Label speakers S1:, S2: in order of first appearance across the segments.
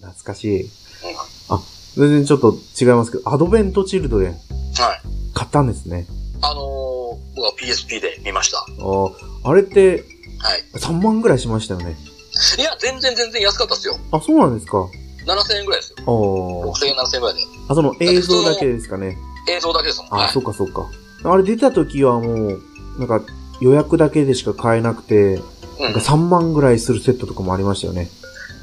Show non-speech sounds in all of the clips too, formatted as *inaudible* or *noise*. S1: 懐かしい。あ、全然ちょっと違いますけど、アドベントチルドレン、
S2: はい。
S1: 買ったんですね。
S2: あのー、僕は PSP で見ました。は
S1: あーあれって、
S2: い。
S1: 3万ぐらいしましたよね。
S2: いや、全然全然安かったですよ。
S1: あ、そうなんですか。
S2: 7000円ぐらいですよ。
S1: あー
S2: 6000円、7000円ぐらい
S1: あ、その映像だけですかね。
S2: で。映像だけですもん。
S1: あ
S2: は、い。
S1: そっかそっか。あれ出た時はもう、なんか予約だけでしか買えなくて、
S2: う
S1: なん
S2: ん
S1: か。3万ぐらいするセットとかもありましたよね。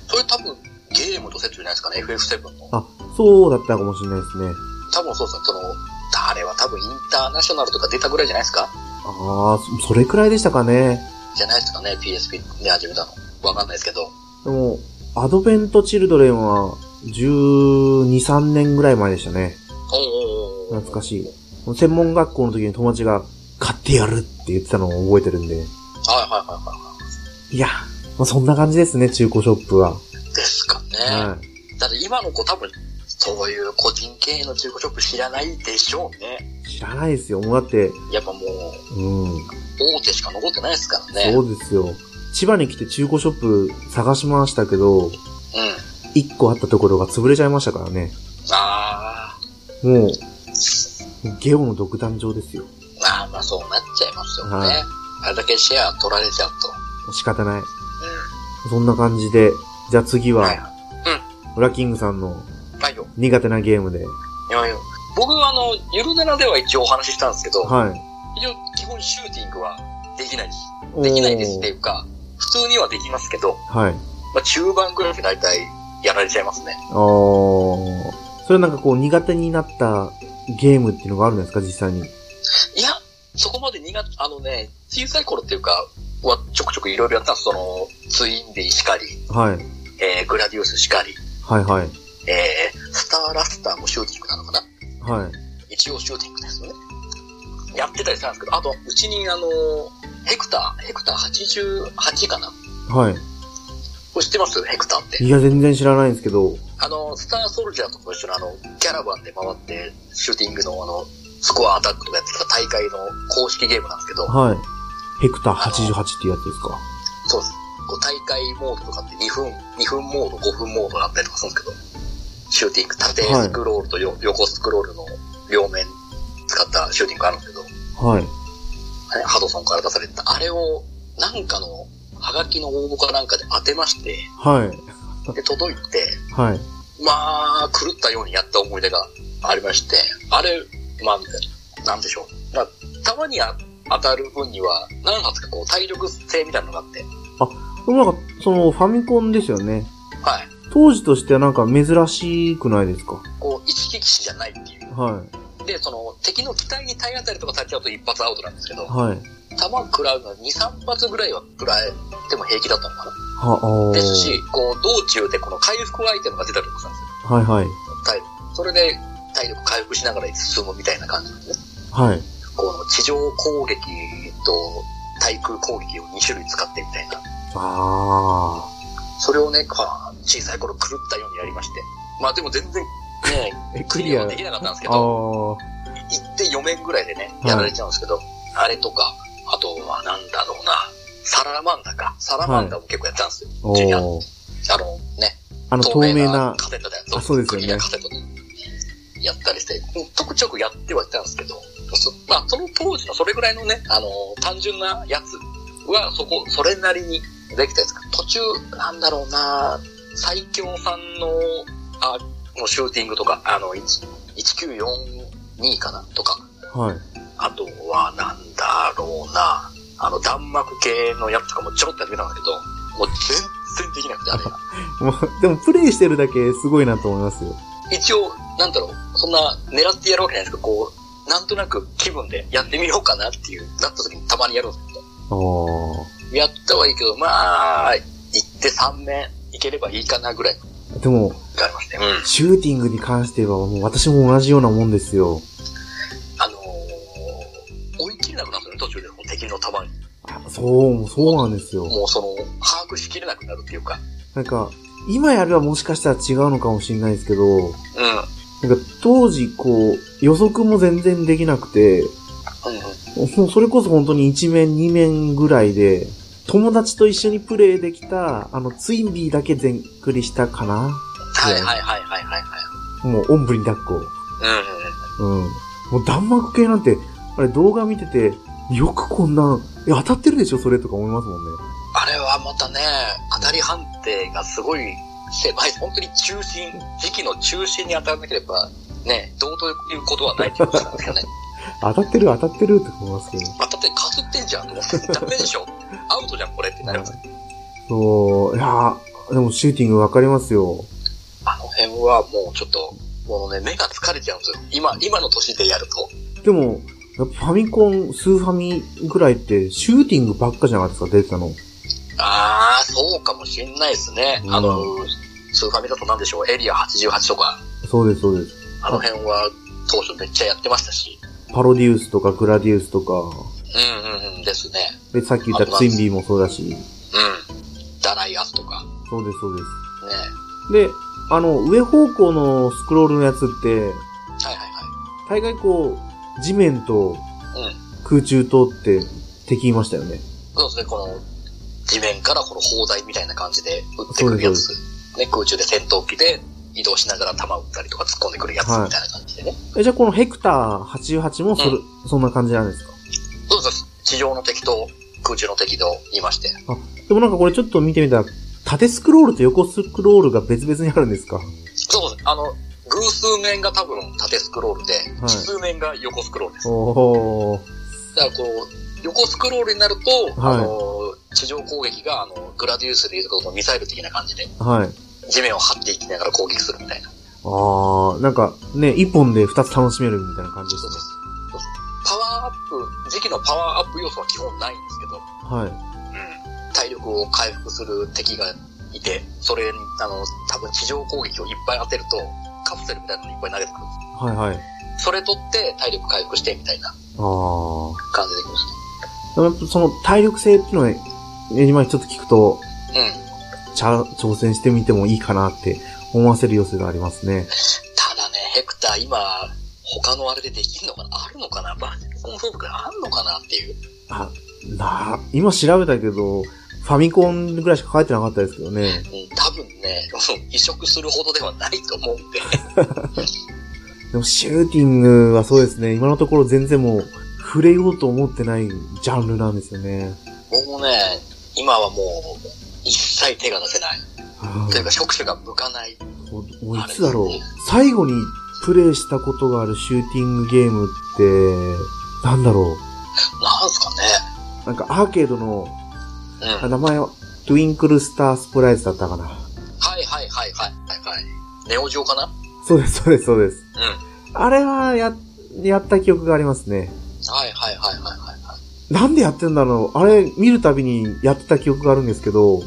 S2: それ多分、ゲームとセットじゃないですかね。FF7 の。
S1: あ、そうだったかもしれないですね。
S2: 多分そうですね。その、あれは多分インターナショナルとか出たぐらいじゃないですか
S1: ああ、そそれくらいでしたかね。
S2: じゃないですかね。PSP で始めたの。わかんないですけど。
S1: でも、アドベントチルドレンは12、3年ぐらい前でしたね。
S2: お
S1: 懐かしい。専門学校の時に友達が買ってやるって言ってたのを覚えてるんで。
S2: はいはいはいはい
S1: や、まあ、そんな感じですね、中古ショップは。
S2: い。ですかね。
S1: はい。
S2: だって今の子多分、そういう個人経営の中古ショップ知らないでしょうね。
S1: 知らないですよ。もうだって、
S2: やっぱもう、
S1: うん。
S2: 大手しか残ってないですからね。
S1: そうですよ。千葉に来て中古ショップ探しましたけど、
S2: うん。
S1: 1個あったところが潰れちゃいましたからね。
S2: あー
S1: もう、ゲオの独壇場ですよ。
S2: あー、まあそうなっちゃいますよね。
S1: はい
S2: あれだけシェア取られちゃうと。
S1: 仕方ない。そんな感じで、じゃあ次
S2: うん。
S1: は、
S2: はい。
S1: ウラキングさんの
S2: はいよ。
S1: 苦手なゲームで。
S2: いやいや。僕はあの、ゆるならでは一応お話ししたんですけど、
S1: はい。
S2: 一応基本シューティングはできないです。
S1: おー
S2: できないですっていうか、普通にはできますけど、
S1: はい。
S2: まあ中盤ぐらいで大体やられちゃいますね。
S1: あー。それなんかこう苦手になったゲームっていうのがあるんですか実際に。
S2: いや、そこまで苦手、あのね、小さい頃っていうか、はちょくちょくいろいろやったんです。その、ツインディしかり、
S1: はい。
S2: えー、グラディウスしかり、
S1: はいはい。
S2: えー、スターラスターもシューティングなのかな
S1: はい。
S2: 一応シューティングですよね。やってたりしたんですけど、あと、うちにあの、ヘクター、ヘクター88かな
S1: はい。
S2: これ知ってますヘクターって。
S1: いや、全然知らないんですけど。
S2: あの、スターソルジャーとかと一緒にあの、キャラバンで回って、シューティングのあの、スコアアタックとかやってた大会の公式ゲームなんですけど、
S1: はい。ヘクター88っていうやつですか。
S2: そうです。こう大会モードとかって2分、2分モード、5分モードだったりとかするんですけど、シューティング、縦スクロールとよ、横スクロールの両面使ったシューティングがあるんですけど、
S1: はい。
S2: ねハドソンから出されてた、あれをなんかのハガキの応募かなんかで当てまして、
S1: はい。
S2: で、届いて、
S1: はい。
S2: まあ、狂ったようにやった思い出がありまして、あれ、まあ、なんでしょう。まあ、たまにあ当たる分には、何発かこう、体力性みたいなのがあって、
S1: でもなんか、その、ファミコンですよね。
S2: はい。
S1: 当時としてはなんか珍しくないですか
S2: こう、一撃死じゃないっていう。
S1: はい。
S2: で、その、敵の機体に体当たりとかされちゃうと一発アウトなんですけど、
S1: はい。
S2: 弾食らうのは2、3発ぐらいは食らえても平気だったのかな。
S1: は、ああ。
S2: ですし、こう、道中でこの回復アイテムが出たりとかしたんですよ。
S1: はいはい。
S2: 体それで体力回復しながら進むみたいな感じなんですね。
S1: はい。
S2: この地上攻撃と対空攻撃を2種類使ってみたいな。
S1: あ
S2: それをね、まあ小さい頃狂ったようにやりまして。まあでも全然ね、
S1: あ。え、
S2: クリアはできなかったんですけ
S1: ああ
S2: ど、
S1: ー。
S2: 1.4面ぐらいでね、
S1: はい
S2: やられちゃうんですけど、あれとか、あとはなんだろうな、サラマンダか。サラマンダも結構やったんですよ。
S1: お
S2: ジュニア
S1: ー
S2: あのね、
S1: あの、透明な。
S2: カセットで、
S1: あそうですよね
S2: クリアカセットでやったりして、うんちょくちょくやってはいたんですけど、そまあ、その当時のそれぐらいのね、あの単純なやつは、そこ、それなりにできたやつが途中、なんだろうな、最強さんの、あ、のシューティングとか、あの、1 1942かなとか、
S1: はい。
S2: あとは、なんだろうな、あの、弾幕系のやつとかもちょろっとやってみたんだけど、もう全然できなくて、あれ
S1: も
S2: が。
S1: う、 *laughs* でも、プレイしてるだけすごいなと思いますよ。
S2: 一応、なんだろう、そんな狙ってやるわけじゃないですか、こう、なんとなく気分でやってみようかなっていう、なった時にたまにやるんですけ
S1: あ
S2: ど、やったはいいけど、まあ、行って3面いければいいかなぐらい
S1: あ。でも、
S2: がありまして、うん。
S1: シューティングに関しては、もう私も同じようなもんですよ。
S2: あのー、追い切れなくなるんですよね、途中で、こう敵の弾に。
S1: あそう、そうなんですよ。
S2: もうその、把握しきれなくなるっていうか、
S1: なんか、今やればもしかしたら違うのかもしれないですけど、
S2: う
S1: なんか当時こう、予測も全然できなくて、
S2: ん。うんうん。
S1: もうそれこそ本当に1面2面ぐらいで、友達と一緒にプレイできた、あの、ツインビーだけ全クリしたかなです
S2: は
S1: よ
S2: い
S1: ね。
S2: はいはいはいはいはい。
S1: もう、おんぶに抱っこ。
S2: うんうん
S1: うん。もう弾幕系なんて、あれ動画見てて、よくこんな、え、当たってるでしょそれとか思いますもんね。
S2: あれはまたね、当たり判定がすごい狭い、本当に中心、時期の中心に当たらなければ、ね、どうということはないってことなんですよ *laughs* ね。
S1: 当たってる当たってるとか思いますけど。
S2: 当たってかすってんじゃんと思って、ダメでしょアウトじゃんこれってなります。
S1: そう、いやーでもシューティングわかりますよ。
S2: あの辺はもうちょっと、もうね、目が疲れちゃうんですよ。今、今の年でやると。
S1: でも、やっぱファミコン、スーファミぐらいって、シューティングばっかじゃなかったですか出てたの。
S2: あー、そうかもしんないですね。あの、スーファミだとなんでしょう、エリア88とか、
S1: そうです、そうです。
S2: あの辺は当初めっちゃやってましたし。
S1: パロディウスとかグラディウスとか、
S2: うんうんうんですね。
S1: で、さっき言ったツインビーもそうだし。
S2: うん。ダライアスとか。ね。
S1: そうです、そうです。で、あの、上方向のスクロールのやつって、
S2: はいはい
S1: 大概こう、地面と
S2: はい。うん。
S1: 空中とって敵いましたよね。
S2: そうですね、この、地面からこの砲台みたいな感じで撃ってくるやつ
S1: そ。
S2: ね、空中で戦闘機で移動しながら弾撃ったりとか突っ込んでくるやつみたいな感じでね。
S1: え、じゃあこのヘクター88もそれ、
S2: う
S1: そんな感じなんですか
S2: そうです。地上の敵と空中の敵といまして。
S1: でもなんかこれちょっと見てみたら、縦スクロールと横スクロールが別々にあるんですか
S2: そうです。あの、偶数面が多分縦スクロールで、
S1: はい
S2: 奇数面が横スクロールです。
S1: おー。
S2: だからこう、横スクロールになると、
S1: はい
S2: あの、地上攻撃が、あの、グラディウスでいうところのミサイル的な感じで、
S1: はい。
S2: 地面を張っていきながら攻撃するみたいな。
S1: あー、なんかね、一本で二つ楽しめるみたいな感じです
S2: そう
S1: ね
S2: で。す。パワーアップ、時期のパワーアップ要素は基本ないんですけど、
S1: はい。
S2: 体力を回復する敵がいて、それに、あの、多分地上攻撃をいっぱい当てると、カプセルみたいなのいっぱい投げてくるんで
S1: はいはい。
S2: す。それ取って体力回復してみたいな
S1: あー。
S2: 感じできます。
S1: でもやっぱその体力性っていうのは、ね、今ちょっと聞くと、
S2: うん。
S1: ちゃ、挑戦してみてもいいかなって思わせる要素がありますね。
S2: ただね、ヘクター今、他のあれでできるのかなあるのかなバージョンコンがあるのかなっていう。
S1: あ、なあ今調べたけど、ファミコンぐらいしか書いてなかったですけどね。
S2: うん、多分ね、 *laughs* うん移植するほどではないと思 *laughs* うんで。
S1: でもシューティングはそうですね、今のところ全然もう、触れようと思ってないジャンルなんですよね。
S2: 僕もね、今はもう、一切手が出せない。
S1: あ
S2: という
S1: ー
S2: か、触手が向かない。
S1: もうもういつだろう。最後にプレイしたことがあるシューティングゲームって、なんだろ
S2: なんすか
S1: う。なんかアーケードの、
S2: ね。うん。
S1: あ名前は、トゥインクルスタースプライズだったかな。
S2: はいはいはいはいはいはい。ネオジオかな
S1: そうです、そうです、そうです。
S2: うん。は
S1: あれは、や、やった記憶がありますね。
S2: いはいはいはいはいは
S1: なんでやってんだろうあれ、見るたびにやってた記憶があるんですけど、
S2: い。へ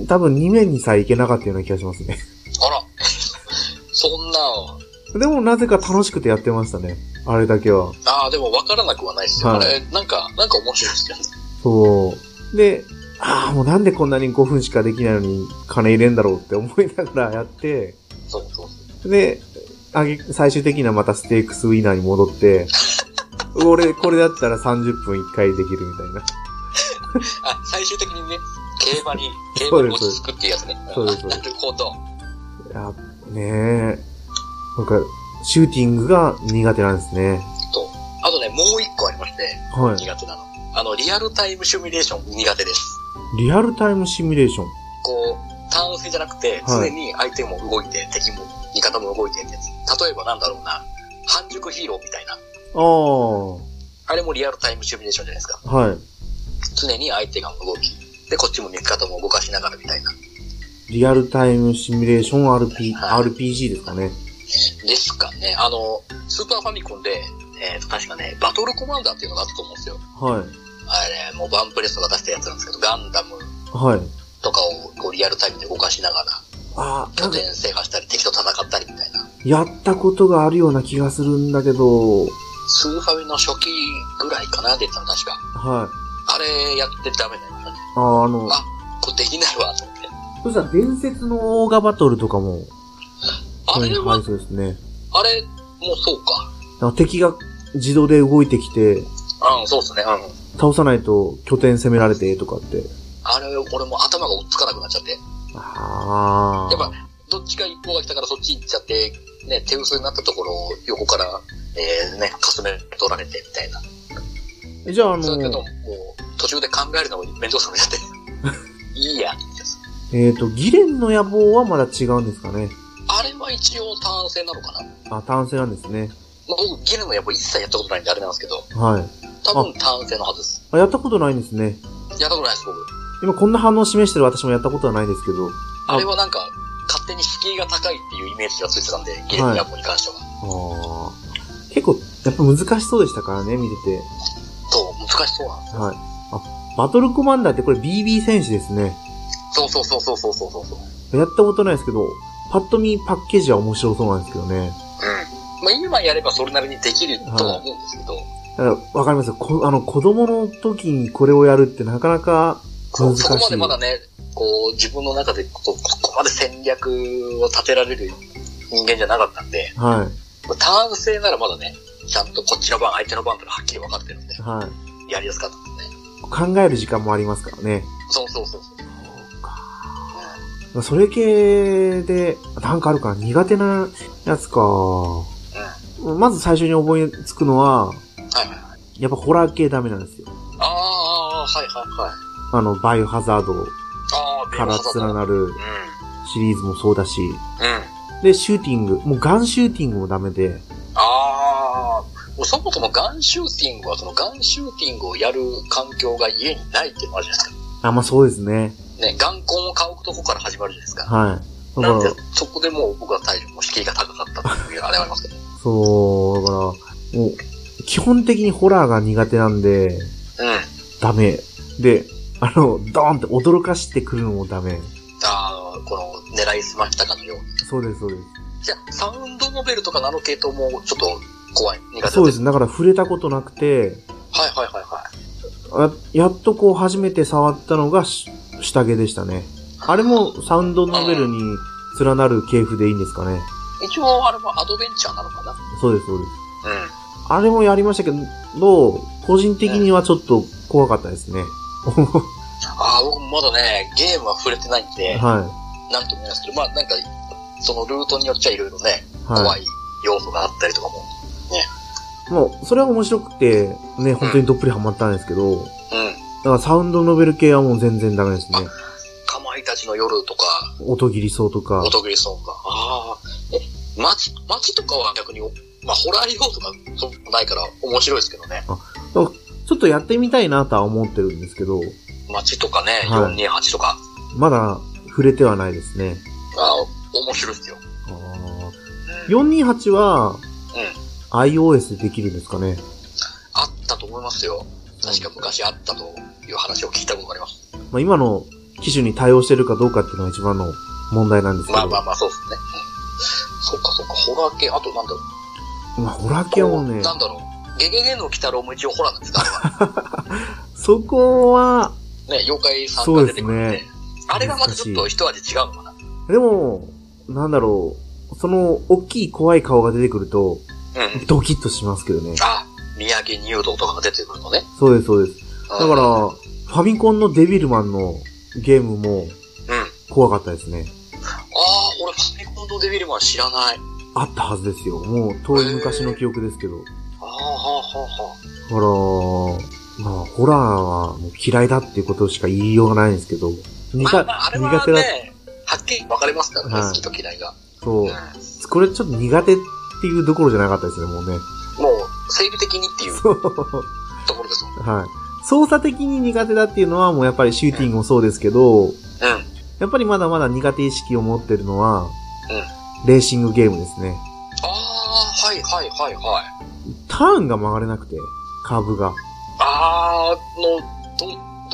S2: え
S1: 多分2面にさえいけなかったような気がしますね。 *laughs*
S2: ー。あら。 *laughs* そんな、
S1: でもなぜか楽しくてやってましたね。あれだけは。
S2: ああ、でも分からなくはないですよ。
S1: はい
S2: あれ、なんか、なんか面白いですよね。
S1: そう。で、ああ、もうなんでこんなに5分しかできないのに金入れんだろうって思いながらやって、
S2: そうそう
S1: で、あげ、最終的にはまたステークスウィーナーに戻って、俺、これだったら30分1回できるみたいな。
S2: あ、最終的にね、競
S1: *laughs*
S2: 馬に、競馬に落ち着くっていうやつね。
S1: そうですそうです
S2: あなるほど。
S1: あ、ねえ。なんか、シューティングが苦手なんですね。
S2: あとね、もう一個ありまして、
S1: は
S2: 苦手なの。あの、リアルタイムシミュレーション苦手です。
S1: い。リアルタイムシミュレーション。
S2: こう、ターン制じゃなくて、
S1: は
S2: 常
S1: い
S2: に相手も動いて、敵も、味方も動いてってやつ。例えばなんだろうな、半熟ヒーローみたいな。
S1: ああ、
S2: あれもリアルタイムシミュレーションじゃないですか。
S1: は
S2: 常に相手が動き、で、こっちも味方も動かしながらみたいな。
S1: い。リアルタイムシミュレーション RP、
S2: はい
S1: RPG ですかね。
S2: ですかね。あの、スーパーファミコンで、えっ、と、確かね、バトルコマンダーっていうのがあったと思うんですよ。
S1: はい。
S2: あれ、もうバンプレスとか出したやつなんですけど、ガンダム
S1: はい。
S2: とかをこうリアルタイムで動かしながら、
S1: ああ、な
S2: 拠
S1: んか
S2: 点制覇したり、敵と戦ったりみたいな。
S1: やったことがあるような気がするんだけど、
S2: スーファミの初期ぐらいかな、出たの確か。
S1: はい。
S2: あれやってダメだよね。
S1: ああ、あの、
S2: あこれできないわ、と思って。
S1: そしたら伝説のオーガバトルとかも、
S2: あ
S1: こ
S2: れ
S1: れ
S2: は、
S1: 入りそうですね。
S2: あれ、もうそうか。
S1: なんか敵が自動で動いてきて、
S2: うん、そうですね。うん。
S1: 倒さないと拠点攻められてとかって。
S2: あれ、俺も頭が追っつかなくなっちゃって。
S1: ああ。
S2: やっぱどっちか一方が来たからそっち行っちゃって、ね、手薄になったところを横から、えー、ね、かすめ取られてみたいな。
S1: えじゃあ、あ
S2: そうだけ
S1: の
S2: ど、も、う、途中で考えるのも面倒くさくなっちゃ *laughs* って、いいや、ってやつ
S1: えっ、と、ギレンの野望はまだ違うんですかね。
S2: あれは一応ターン制なのかな
S1: あ、単性なんですね。
S2: まあ、僕、ギルのやっぱ一切やったことないんであれなんですけど、
S1: はい。
S2: 多分ターン制のはずです。
S1: あ、やったことないんですね。
S2: やったことないです、僕。
S1: 今こんな反応を示してる私もやったことはないですけど。
S2: あれはなんか、勝手に敷居が高いっていうイメージがついてたんで、ゲーム野望に関しては。
S1: あー結構、やっぱ難しそうでしたからね、見てて。
S2: そう、難しそうなんですよ。
S1: はい。あ、バトルコマンダーってこれ BB 戦士ですね。
S2: そうそうそうそうそうそうそうそう。
S1: やったことないですけど、パッと見パッケージは面白そうなんですけどね。
S2: うん。まあ、今やればそれなりにできるとは思うんですけど、
S1: だから、わかりますよ。こあの、子供の時にこれをやるってなかなか、
S2: そ
S1: 難しい
S2: そこまでまだね、こう、自分の中でこうここまで戦略を立てられる人間じゃなかったんで、
S1: は
S2: ターン制ならまだね、ちゃんとこっちの番、相手の番というのははっきり分かってるんで
S1: い。、はい。
S2: やりやすかったですね。
S1: 考える時間もありますからね。
S2: そうそうそうそう。
S1: それ系で、なんかあるかな苦手なやつか。まず最初に思いつくのは、
S2: はいはいはい。
S1: やっぱホラー系ダメなんですよ。
S2: ああ、はいはいはい。
S1: あの、バイオハザード
S2: ああ、
S1: から連
S2: な。
S1: なる
S2: うん。
S1: シリーズもそうだし。
S2: うん。
S1: で、シューティング。もうガンシューティングもダメで。
S2: ああ、もうそもそもガンシューティングは、そのガンシューティングをやる環境が家にないっていうのもあるじゃないで
S1: あ、まあそうですね。
S2: すか。ね、ガンコンを買うとこから始まるじゃないですか。
S1: はい。だ
S2: なん
S1: か
S2: で
S1: ら、、
S2: そこでもう僕は体力も敷居が高かったっていうあれはありますけど。
S1: そう、だから、もう、基本的にホラーが苦手なんで、
S2: うん。
S1: ダメ。で、あの、ドーンって驚かしてくるのもダメ。
S2: ああ、この狙いすましたかのように。
S1: そうです、そうです。
S2: じゃあ、サウンドモベルとかナノ系統もちょっと怖い、苦手だった
S1: そうです。。だから触れたことなくて、
S2: はいはいはいは
S1: あやっとこう初めて触ったのがし下着でしたね。あれもサウンドノベルに連なる系譜でいいんですかね。
S2: い。一応あれはアドベンチャーなのかな
S1: そうです、そうです。
S2: うん。
S1: あれもやりましたけど、個人的にはちょっと怖かったですね。
S2: ああ、僕もまだね、ゲームは触れてないんで、
S1: は
S2: なんとも言えないですけど、まあなんか、そのルートによっちゃいろいろね、
S1: い。
S2: 怖
S1: はい
S2: 要素があったりとかも。
S1: い。もう、それは面白くて、ね、本当にどっぷりハマったんですけど、だ
S2: うん。
S1: からサウンドノベル系はもう全然ダメですね。
S2: かまいたちの夜とか、
S1: 音切りそうとか
S2: お。とぐりソンが。ああ。え、街、街とかは逆に、まあホラー用とかそうないから面白いですけどね。
S1: ちょっとやってみたいなとは思ってるんですけど、
S2: 街とかね、
S1: はい
S2: 428とか。
S1: まだ触れてはないですね。
S2: ああ、面白いですよ。
S1: あー428は、iOS でできるんですかね。
S2: あったと思いますよ。確か昔あったという話を聞いたことがあります。
S1: まあ、今の機種に対応してるかどうかっていうのが一番の問題なんですけど。
S2: まあまあまあ、そうですね。うんそっかそっか、ホラー系、あとなんだろう。
S1: まあホラー系はもうね、
S2: なんだろう。ゲゲゲの鬼太郎も一応ホラーなんですかあれは
S1: そこは、
S2: ね、妖怪さんが出てくるん
S1: そう
S2: で
S1: で。
S2: あれがまたちょっと一味違うのかな。
S1: でも、なんだろう、その、大きい怖い顔が出てくると、
S2: うん。
S1: ドキッとしますけどね。
S2: あ、宮城入道とかが出てくるのね。
S1: そうです、そうです。
S2: だ
S1: だから、ファミコンのデビルマンのゲームも
S2: うん。あ
S1: 怖かったですね。
S2: あ、俺ファミコンのデビルマン知らない。
S1: あったはずですよ。もう、遠い昔の記憶ですけど。
S2: ああ、はあ、はあ、はあ。
S1: だから、まあ、ホラーはもう嫌いだっていうことしか言いようがないんですけど、苦
S2: まあまあ、あれ
S1: 苦
S2: は
S1: 手だ、
S2: ね、はっきり分かれますからね、
S1: はい
S2: 好きと嫌いが。。
S1: そううんこれちょっと苦手っていうどころじゃなかったですね、もうね。 *laughs*
S2: もう、生理的にっていう
S1: そう。
S2: ところですもん。
S1: はい。操作的に苦手だっていうのはもうやっぱりシューティングもそうですけど、
S2: うん。
S1: やっぱりまだまだ苦手意識を持ってるのは、レーシングゲームですね。
S2: ああ、はい、はい、はい、はい。
S1: ターンが曲がれなくて、カーブが。
S2: ああ、の、ど、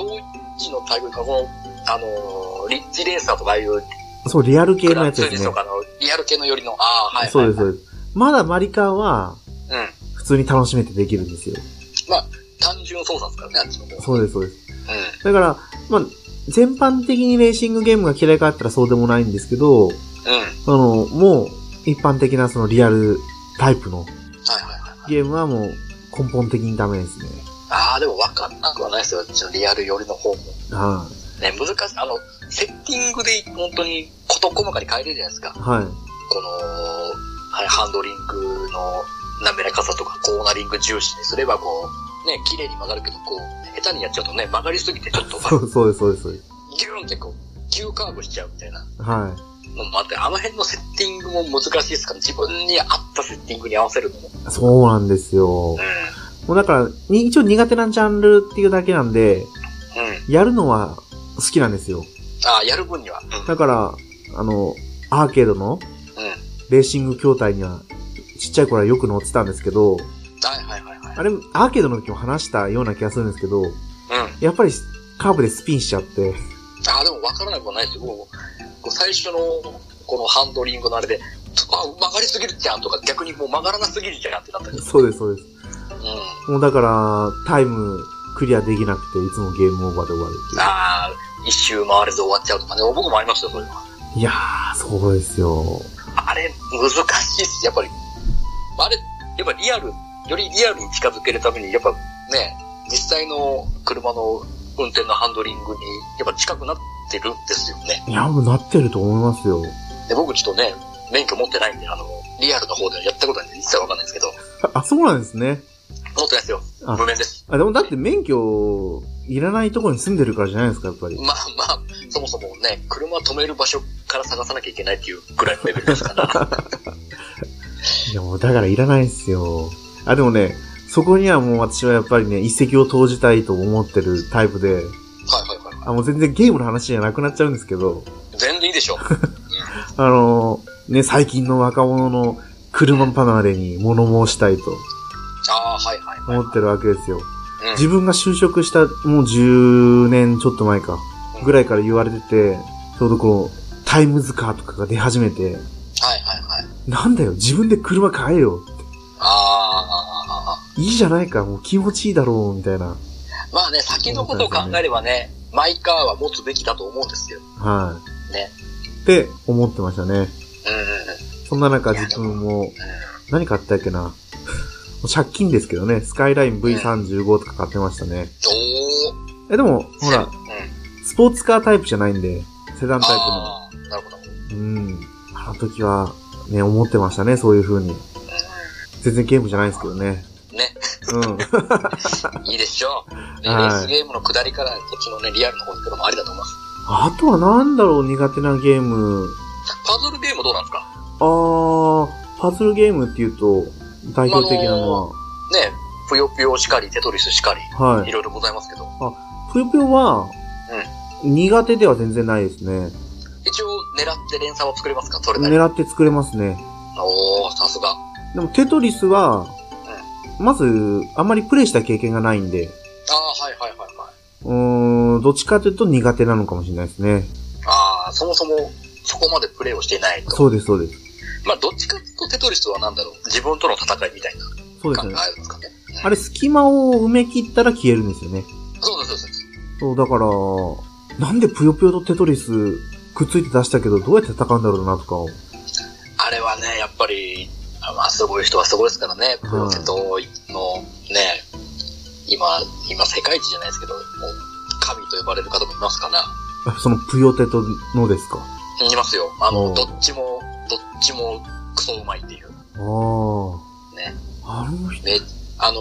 S2: 同一の大群か、この、あのー、リッチレーサーとかああいう、
S1: そう、リアル系
S2: グ
S1: の
S2: ラ
S1: や
S2: ン
S1: つ
S2: ツー
S1: で
S2: リ
S1: す
S2: ス
S1: ね
S2: と。かの、リアル系のよりの、ああ、はい、はい。
S1: そうです、そうです。まだマリカーは
S2: うん。
S1: 普通に楽しめてできるんですよ。
S2: 単純操作ですからね、あっちの方。
S1: そうです、そうです。
S2: うん。
S1: だから、まあ、全般的にレーシングゲームが嫌いかあったらそうでもないんですけど、
S2: うん。はい
S1: その、もう、一般的なそのリアルタイプの
S2: はいはい。
S1: ゲームはもう、根本的にダメですね。
S2: ああ、でも分かんなくはないですよ。あっちのリアル寄りの方も。
S1: は
S2: ね、難しい。あの、セッティングで本当に事細かに変えれるじゃないですか。
S1: はい。 *laughs*
S2: この、はい、ハンドリングの滑らかさとか、コーナリング重視にすれば、こう、ね、綺麗に曲がるけど、こう、下手にやっちゃうとね、曲がりすぎてちょっ
S1: *laughs*
S2: と、
S1: そうそうです、そうです、そうです。
S2: ギューンってこう、急カーブしちゃうみたいな。
S1: は
S2: もう待って、あの辺のセッティングも難しいですから、自分に合ったセッティングに合わせるのも。うん。
S1: い。そうなんですよ。もうだから、に一応苦手なジャンルっていうだけなんで、
S2: うん。
S1: やるのは好きなんですよ。
S2: ああ、やる分には。うん。
S1: だから、あの、アーケードの
S2: うん。
S1: レーシング筐体には、ちっちゃい頃はよく乗ってたんですけど、
S2: はいはいはいはい。
S1: あれ、アーケードの時も話したような気がするんですけど、
S2: うん。
S1: やっぱりカーブでスピンしちゃって、 *laughs*
S2: ああ、でも分からなくはないですよ。もうこう最初の、このハンドリングのあれで、あ、曲がりすぎるじゃんとか、逆にもう曲がらなすぎるじゃんってなったり。うん。
S1: そうです、そうです。もうだから、タイムクリアできなくて、いつもゲームオーバーで終わるってい
S2: ああ、一周回れず終わっちゃうとかね。僕もありましたよ、それは。
S1: う。いやー、そうですよ。
S2: あれ、難しいっす、やっぱり。あれ、やっぱリアル、よりリアルに近づけるために、やっぱね、実際の車の運転のハンドリングに、やっぱ近くなってるんですよね。
S1: いや、もうなってると思いますよ。
S2: で、僕ちょっとね、免許持ってないんで、あの、リアルの方ではやったことないんで、一切わかんないんですけど、
S1: あ、そうなんですね。
S2: 持ってないですよ
S1: あ。
S2: 無免です。
S1: あ、でもだって免許、いらないところに住んでるからじゃないですか、やっぱり。
S2: まあまあ、そもそもね、車止める場所から探さなきゃいけないっていうぐらいのレベルで
S1: *laughs*
S2: すから。
S1: いや、もうだからいらないんですよ。あ、でもね、そこにはもう私はやっぱりね、一石を投じたいと思ってるタイプで、
S2: はいはいはいは
S1: あ、もう全然ゲームの話じゃなくなっちゃうんですけど、
S2: い。全然いい
S1: *laughs*
S2: でしょう。
S1: あのね、最近の若者の車離れに物申したいと
S2: ああ、はいはいはい。
S1: 思ってるわけですよ。
S2: うん
S1: 自分が就職したもう10年ちょっと前か、ぐらいから言われてて、ちょうどこう、タイムズカーとかが出始めて、
S2: はいはいはい。
S1: なんだよ、自分で車買えよ。
S2: ああ、
S1: いいじゃないか、もう気持ちいいだろう、みたいな。
S2: まあね、先のことを考えればね、マイカーは持つべきだと思うんですよ。
S1: はい。
S2: ね。
S1: って思ってましたね。
S2: うんうんうん。
S1: そんな中自分も、何買ったっけな。もう借金ですけどね、スカイライン V35 とか買ってましたね。
S2: おー。
S1: え、でも、ほら
S2: うん、。
S1: スポーツカータイプじゃないんで、セダンタイ
S2: ああ、なるほど。
S1: プの。うん。あの時は、ね、思ってましたね、そういう風に。全然ゲームじゃないですけどね。
S2: ね、
S1: うん。 *laughs*
S2: いいでしょう。でレ
S1: はい
S2: ースゲームの下りから、こっちのね、リアルの方に行くのもありだと思います。
S1: あとはなんだろう、苦手なゲーム。
S2: パズルゲームどうなんですか
S1: あー、パズルゲームっていうと、代表的なのは、
S2: ね、ぷよぷよしかり、テトリスしかり、
S1: はい
S2: い。ろいろございますけど。
S1: ぷよぷよは、苦手では全然ないですね。
S2: 一応、狙って連鎖を作れますかそれなりに。
S1: 狙って作れますね。
S2: おー、さすが。あ
S1: でもテトリスは、まず、あんまりプレイした経験がないんで、
S2: あ、はいはいはいはい。
S1: うーん、どっちかというと苦手なのかもしれないですね。
S2: ああ、そもそも、そこまでプレイをしていないと。
S1: そうです、そうです。
S2: まあ、どっちかっていうとテトリスはなんだろう。自分との戦いみたいな
S1: そうですよ
S2: 考
S1: ね。
S2: えですかね。
S1: あれ、隙間を埋め切ったら消えるんですよね。
S2: そうです、そうです。
S1: そう、だから、なんでぷよぷよとテトリスくっついて出したけど、どうやって戦うんだろうなとかを。 *laughs*
S2: あれはね、やっぱり、あまあ、すごい人はすごいですからね。プロセトのね、今、今世界一じゃないですけど、もう、神と呼ばれる方もいますから、
S1: あそのぷよテとのですか。
S2: いますよ。あ
S1: お
S2: の、
S1: う
S2: どっちも、どっちもクソうまいっていう。
S1: ああ。
S2: ね。
S1: あの人、
S2: め、あのー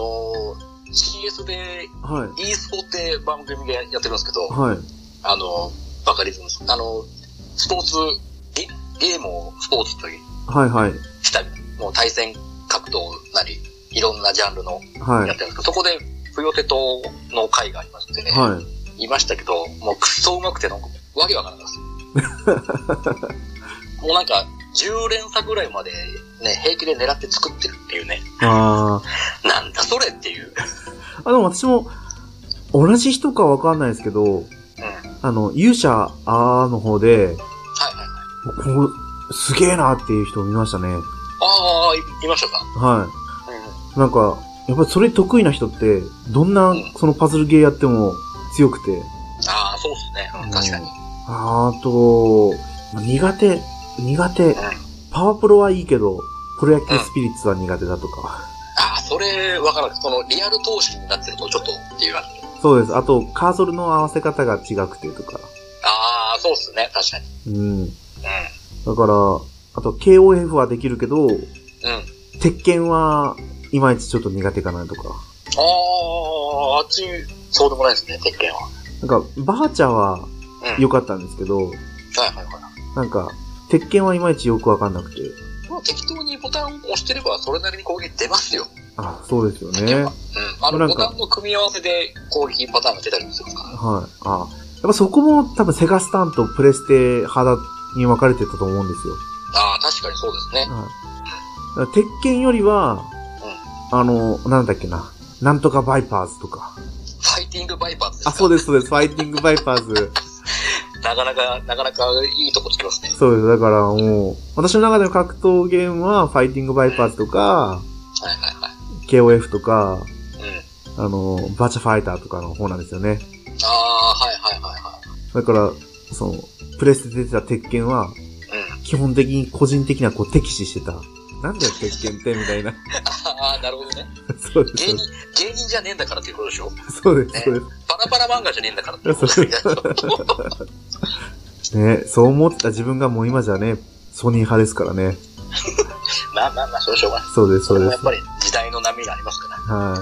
S2: CS で
S1: はい。
S2: e スポって番組でやってるんですけど、
S1: はい。
S2: あの、バカリズムさん、あの、スポーツ、ゲゲームをスポーツと
S1: はい、はい。
S2: したり、もう対戦格闘なり、いろんなジャンルの
S1: は
S2: やっ
S1: い。
S2: てるんですけど、そこで、ぷよてとの会がありましてね、
S1: はい。 *laughs*
S2: い、ましたけど、もうくっそうまくて、なんか、わけわからなかったです。もうなんか、10連鎖ぐらいまでね、平気で狙って作ってるっていうね、
S1: あ
S2: なんだそれっていう。
S1: あ。あ、でも私も、同じ人かわかんないですけど、
S2: うん。はい
S1: あの、勇者あーの方で、
S2: はいはい。
S1: こう、すげえなっていう人を見ましたね。
S2: ああ、いいましたか。
S1: は
S2: うん。
S1: い。なんか、やっぱりそれ得意な人って、どんな、そのパズルゲーやっても強くて、
S2: ああ、そうっすね。うん、確かに。
S1: あーと、苦手、苦手。パワープロはいいけど、プロ野球スピリッツは苦手だとか。
S2: ああ、それ、わからなくその、リアル投資になってると、ちょっと、っていう感じ。
S1: そうです。あと、カーソルの合わせ方が違くてとか。
S2: ああ、そうっすね。確かに。
S1: うん。
S2: うん。
S1: だから、あと KOF はできるけど、
S2: うん。あ
S1: 鉄拳はいまいちちょっと苦手かなとか。
S2: あ、あっち、そうでもないですね、鉄拳は。
S1: なんか、バーチャは
S2: うん。
S1: 良かったんですけど、
S2: はいはいは
S1: なんか、鉄拳はいまいちよくわかんなくて。
S2: い。まあ、適当にボタンを押してれば、それなりに攻撃出ますよ。
S1: あ、そうですよ
S2: 鉄拳
S1: ね
S2: は。うん。あ
S1: な
S2: の、
S1: ん
S2: ボ
S1: か
S2: タンの組み合わせで攻撃パターンが出たりもするから。
S1: はい。あやっぱそこも多分セガスタンとプレステ派に分かれてたと思うんですよ。
S2: ああ、確かにそうですね。
S1: はい。だから鉄拳よりは、あの、なんだっけな。なんとかバイパーズとか。
S2: ファイティングバイパーズですか
S1: あ、そうです、そうです。ファイティングバイパーズ。
S2: なかなか、なかなかいいとこつきますね。
S1: そうです。だからもう、私の中での格闘ゲームは、ファイティングバイパーズとか、
S2: はいはいはい。
S1: KOF とか、
S2: うん。
S1: あの、バーチャファイターとかの方なんですよね。
S2: ああ、はいはいはいは
S1: だから、その、プレスで出てた鉄拳は、
S2: い。うん。 *laughs*
S1: 基本的に個人的なこう敵視してた。なんだよ、鉄拳って、みたいな。
S2: ああ、なるほどね。
S1: *laughs* そうです、
S2: 芸
S1: そう
S2: 人、芸人じゃねえんだからっていうことでし
S1: で
S2: ょ
S1: すそうです、そうです。
S2: バラバラ漫画じゃねえんだからっていう *laughs* ことですよね
S1: ね、そう思ってた自分がもう今じゃね、ソニー派ですからね。
S2: まあまあまあ、それはしょうがない。
S1: そうです、
S2: そ
S1: そ
S2: れ
S1: う
S2: も
S1: で
S2: や
S1: す。
S2: っぱり時代の波がありますから。
S1: は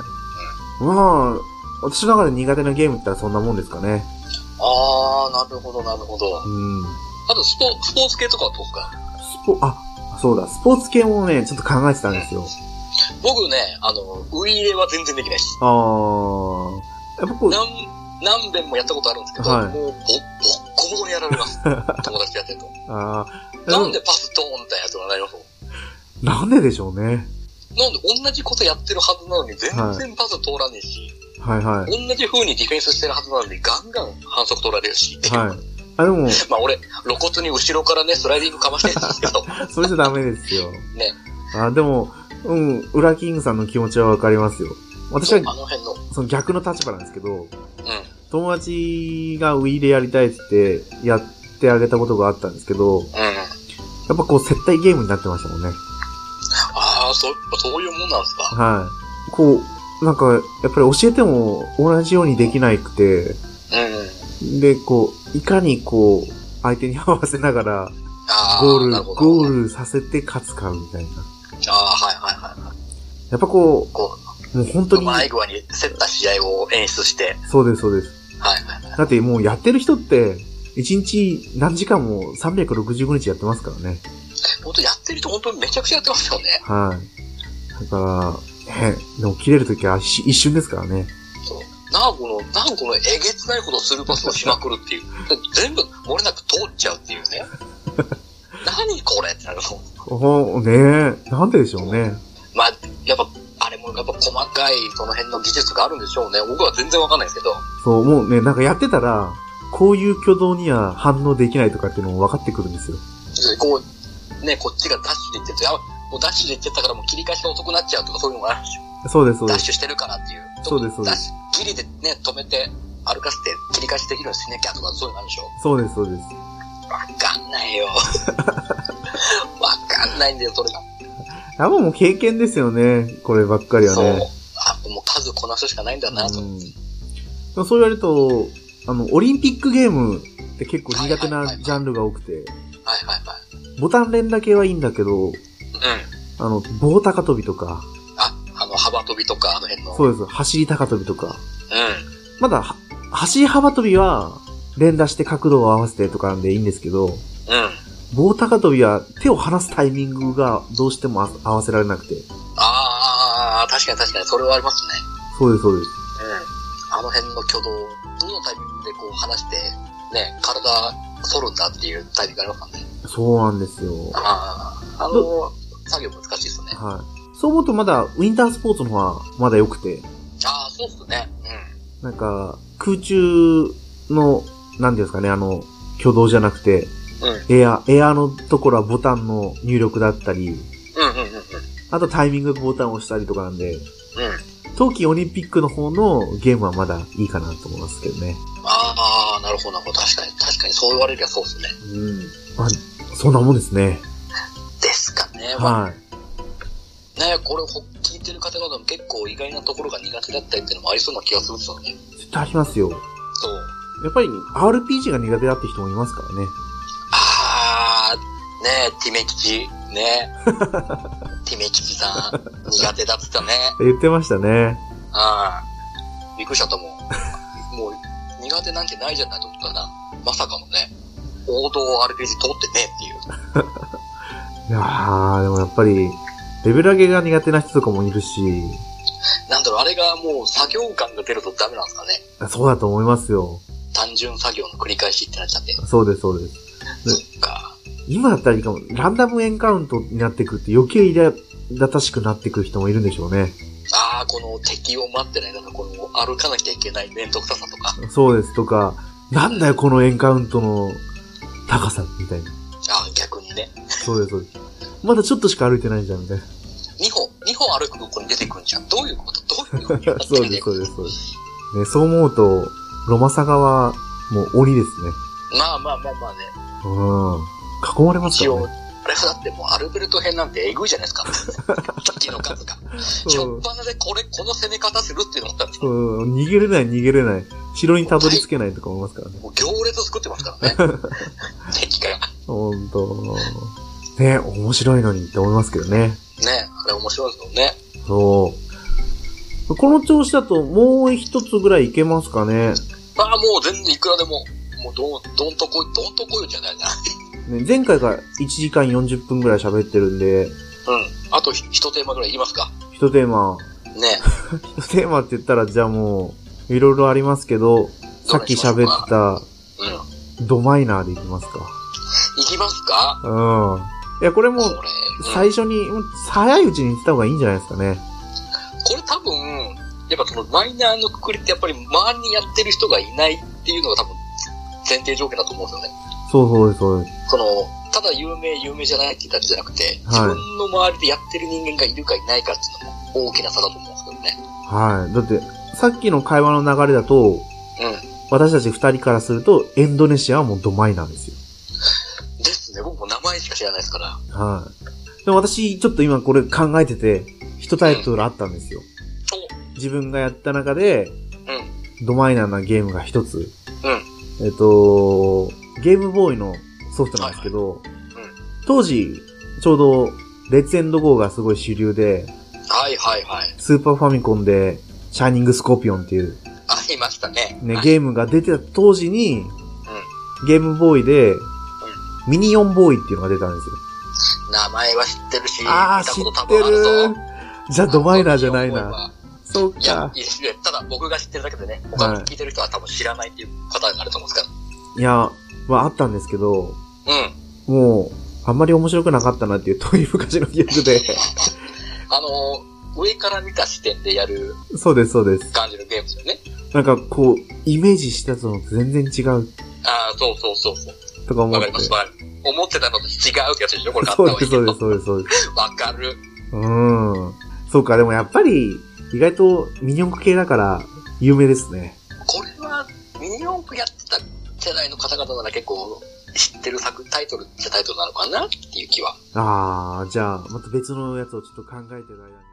S1: い。まあ、私の中で苦手なゲームって言ったらそんなもんですかね。
S2: ああ、なるほど、なるほど。
S1: うん。
S2: あと、スポ、スポーツ系とかはどうですか
S1: スポ、あ、そうだ、スポーツ系もね、ちょっと考えてたんですよ。
S2: 僕ね、あの、ウイイレは全然できないし。
S1: あー。やっぱこう、
S2: 何、何遍もやったことあるんですけど、
S1: はい
S2: もう、ぼ、ぼっこぼこにやられ *laughs* ます。友達とやってると。
S1: あー
S2: なんでパスドーンみたいなやつがなりますもん
S1: なんででしょうね。
S2: なんで同じことやってるはずなのに全然パス通らねえし、
S1: はいはい。
S2: 同じ風にディフェンスしてるはずなのにガンガン反則取られる *laughs* し。
S1: はい。あ、でも、
S2: まあ俺、露骨に後ろからね、スライディングかましてるんですけ
S1: *laughs*
S2: ど、ね。
S1: それじゃダメですよ。あ、でも、うん、ウラキングさんの気持ちはわかりますよ。私は
S2: あの辺の、
S1: その逆の立場なんですけど、
S2: うん。
S1: 友達がウィーでやりたいっつってやってあげたことがあったんですけど、
S2: う
S1: や
S2: ん。
S1: っぱこう接待ゲームになってましたもんね。
S2: ああ、そう、そういうもんなんですか。
S1: はい。こう、なんか、やっぱり教えても同じようにできないくて、
S2: うん。
S1: で、こう、いかにこう、相手に *laughs* 合わせながら、
S2: ああ、
S1: ゴール
S2: なる、ほど。
S1: ゴ
S2: ル。
S1: ールさせて勝つか、みたいな。
S2: ああ、はいはいはい。
S1: やっぱこ
S2: こ
S1: う、もう本当
S2: う
S1: に、
S2: まい具合に競った試合を演出して、
S1: そうです、そうです。
S2: はいはいはい。
S1: だってもうやってる人って、一日何時間も365日やってますからね。
S2: 本当やってる人本当にめちゃくちゃやってますよね。
S1: はい。だから、ね、でも切れるときは一一瞬ですからね。
S2: そう。なあ、この、なあ、このえげつないほどスルーパスをしまくるっていう。全部漏れなく通っちゃうっていう
S1: *laughs*
S2: ね。何これってなるの。
S1: おねえ、なんででしょうね。
S2: まあ、やっぱ、あれもやっぱ細かいその辺の技術があるんでしょうね。僕は全然わかんないですけど。
S1: そう、もうね、なんかやってたら、こういう挙動には反応できないとかっていうのも分かってくるんですよ。
S2: こう、ね、こっちがダッシュで行ってると、やばいもうダッシュで行ってたからもう切り返しが遅くなっちゃうとかそういうのがあるんでしょ。
S1: そうです、そう
S2: ダ
S1: で
S2: ッ
S1: す。
S2: シュしてるからっていう。
S1: そうですそうです
S2: ダッシュ、ギリでね、止めて、歩かせて切り返しできるようにしなきゃとかそういうのあるんでしょ。
S1: そうです、そうです。
S2: わかん
S1: *laughs*
S2: ないよ。わかんないんだよ、それが。
S1: 多分もう経験ですよね。こればっかりは
S2: そう
S1: ね。。
S2: あ、もう数こなすしかないんだなと。
S1: うんでもそう言われると、あの、オリンピックゲームって結構苦手
S2: はいはいはい
S1: な
S2: はい
S1: ジャンルが多くて、
S2: はいはいはい。
S1: ボタン連打系はいいんだけど、
S2: うん。
S1: あの、棒高跳びとか、
S2: あ、あの、幅跳びとか、あの辺の。う
S1: そうです、走り高跳びとか、
S2: ん。
S1: まだは、走り幅跳びは、連打して角度を合わせてとかなんでいいんですけど、
S2: うん。
S1: 棒高跳びは手を離すタイミングがどうしてもあ合わせられなくて。
S2: ああ、確かに確かに、それはありますね。
S1: そうです、そうです。
S2: うん。あの辺の挙動、どのタイミングでこう離して、ね、体反るんだっていうタイミングがありますからね。
S1: そうなんですよ。は
S2: ああ、あの、作業難しいですね。
S1: い。そう思うとまだ、ウィンタースポーツの方はまだ良くて、
S2: ああ、そうっすね。
S1: なんか、空中の、なんていうんですかね、あの、挙動じゃなくて、
S2: うん。うん。
S1: エア、エアのところはボタンの入力だったり、
S2: うんうんうんうん。
S1: あとタイミングボタンを押したりとかなんで、
S2: うん。
S1: 冬季オリンピックの方のゲームはまだいいかなと思いますけどね。
S2: ああ、なるほど、なるほど。確かに、確かに、そう言われりゃそうですね。
S1: うん。あ、そんなもんですね。
S2: ですかね。まあ、
S1: はい。
S2: ね、これ、ほ聞いてる方々も結構意外なところが苦手だったりっていうのもありそうな気がするんですよね。
S1: 絶対ありますよ。
S2: そう。
S1: やっぱり RPG が苦手だって人もいますからね。
S2: ああ、ね、ねえ、ティメ吉。 *laughs* ねティメ吉さん、苦手だっつったね。
S1: 言ってましたね。
S2: ああ。びっくりしちゃったもん。もう、苦手なんてないじゃないと思ったら、まさかのね、王道 RPG 通ってねえっていう。
S1: いやー、でもやっぱり、レベル上げが苦手な人とかもいるし、
S2: なんだろう、あれがもう作業感が出るとダメなんですかね。
S1: そうだと思いますよ。
S2: 単純作業の繰り返しってなっちゃって。
S1: そうです、そうです。
S2: そっか。
S1: 今だったらいいかも、ランダムエンカウントになってくって余計イラだたしくなってくる人もいるんでしょうね。
S2: ああ、この敵を待ってないから、この歩かなきゃいけない面倒くささとか。
S1: そうですとか、なんだよこのエンカウントの高さみたいな。
S2: ああ、逆にね。
S1: そうです、そうです。まだちょっとしか歩いてないじゃんみたいな。
S2: 2歩、2歩歩くとこに出てくんじゃん。どういうことどういうふうにやっ
S1: *laughs* *laughs*
S2: て
S1: そうです、そうです、そうです。ね、そう思うと、ロマサガはもう鬼ですね。
S2: まあまあまあまあね。
S1: うん。囲まれますか
S2: 一
S1: ら
S2: 応、
S1: ね。
S2: あれだってもうアルベルト編なんてえぐいじゃないですか。
S1: *laughs*
S2: 敵の数が。し
S1: そ
S2: ょ
S1: う
S2: っぱなでこれ、この攻め方するって思ったんですよ。
S1: うん、逃げれない、逃げれない。城にたどり着けないとか思いますからね。
S2: もう行列作ってますからね。 *laughs* 敵が。
S1: ほんと。ね、面白いのにって思いますけどね。
S2: ねあれ面白いですよね。
S1: そう。この調子だともう一つぐらいいけますかね。
S2: ああ、もう全然いくらでも、もうどん、どんとこい、どんとこいじゃないな。
S1: ね前回が1時間40分ぐらい喋ってるんで、
S2: うん。あとひ一テーマぐらいいきますか。
S1: 一テーマ。
S2: ね
S1: 一テーマって言ったらじゃあもう、いろいろありますけど、さっき喋った
S2: うん。
S1: ドマイナーでいきますか。
S2: いきますか
S1: うん。いや、これも
S2: これ
S1: う、、
S2: うん
S1: 最初に、もう早いうちに言ってた方がいいんじゃないですかね。
S2: これ多分、やっぱそのマイナーのくくりってやっぱり周りにやってる人がいないっていうのが多分前提条件だと思うんですよね。
S1: そうそうです、そうです。
S2: その、ただ有名、有名じゃないって言ったんじゃなくて、
S1: は
S2: 自
S1: い
S2: 分の周りでやってる人間がいるかいないかっていうのも大きな差だと思うんですけどね。
S1: はい。だって、さっきの会話の流れだと、私たち二人からすると、エンドネシアはもうドマイナーですよ。
S2: うん。ですね。僕も名前しか知らないですから。
S1: はい。でも私、ちょっと今これ考えてて、一タイトルあったんですよ。自分がやった中で、ドマイナーなゲームが一つ。えっと、ゲームボーイのソフトなんですけど、
S2: はいうん
S1: 当時、ちょうど、レッツエンドゴーがすごい主流で、
S2: はいはいはい。
S1: スーパーファミコンで、シャーニングスコーピオンっていう、
S2: ありましたね。
S1: ね
S2: は、い
S1: ゲームが出てた当時に、ゲームボーイで、ミニオンボーイっていうのが出たんですよ。
S2: 名前は知ってるし、
S1: ああ、
S2: 見た
S1: 知っ
S2: こと多
S1: て
S2: 分ある
S1: る
S2: ぞ。。
S1: じゃあ、ドマイナーじゃないな。
S2: な。
S1: そう
S2: いや
S1: か、。
S2: いいですね。ただ僕が知ってるだけでね、他に聞いてる人は多分知らないっていうパターンがあると思うんですか
S1: いや、まああったんですけど、
S2: ら。うん。
S1: もう、あんまり面白くなかったなっていう遠い昔の
S2: *laughs*
S1: 記憶で。
S2: あのー上から見た視点でやる
S1: そうです、そうです。
S2: 感じのゲームですよね。
S1: なんかこう、イメージしてたのと全然違う
S2: ああ、そうそうそうそう。
S1: とか思
S2: わ
S1: っ
S2: か
S1: て
S2: り。ます。わかります思ってたのと違うってやつでしょこれ買った
S1: そ
S2: 方
S1: う
S2: がい
S1: で
S2: い
S1: す、
S2: け
S1: そう
S2: ど
S1: です、。そうです、そうです。
S2: わかる。
S1: うん。そうか、でもやっぱり、意外とミニ四駆系だから、有名ですね。
S2: これは、ミニ四駆やってた世代の方々なら結構知ってる作、タイトルってタイトルなのかなっていう気は
S1: あー、じゃあ、また別のやつをちょっと考えてる間に。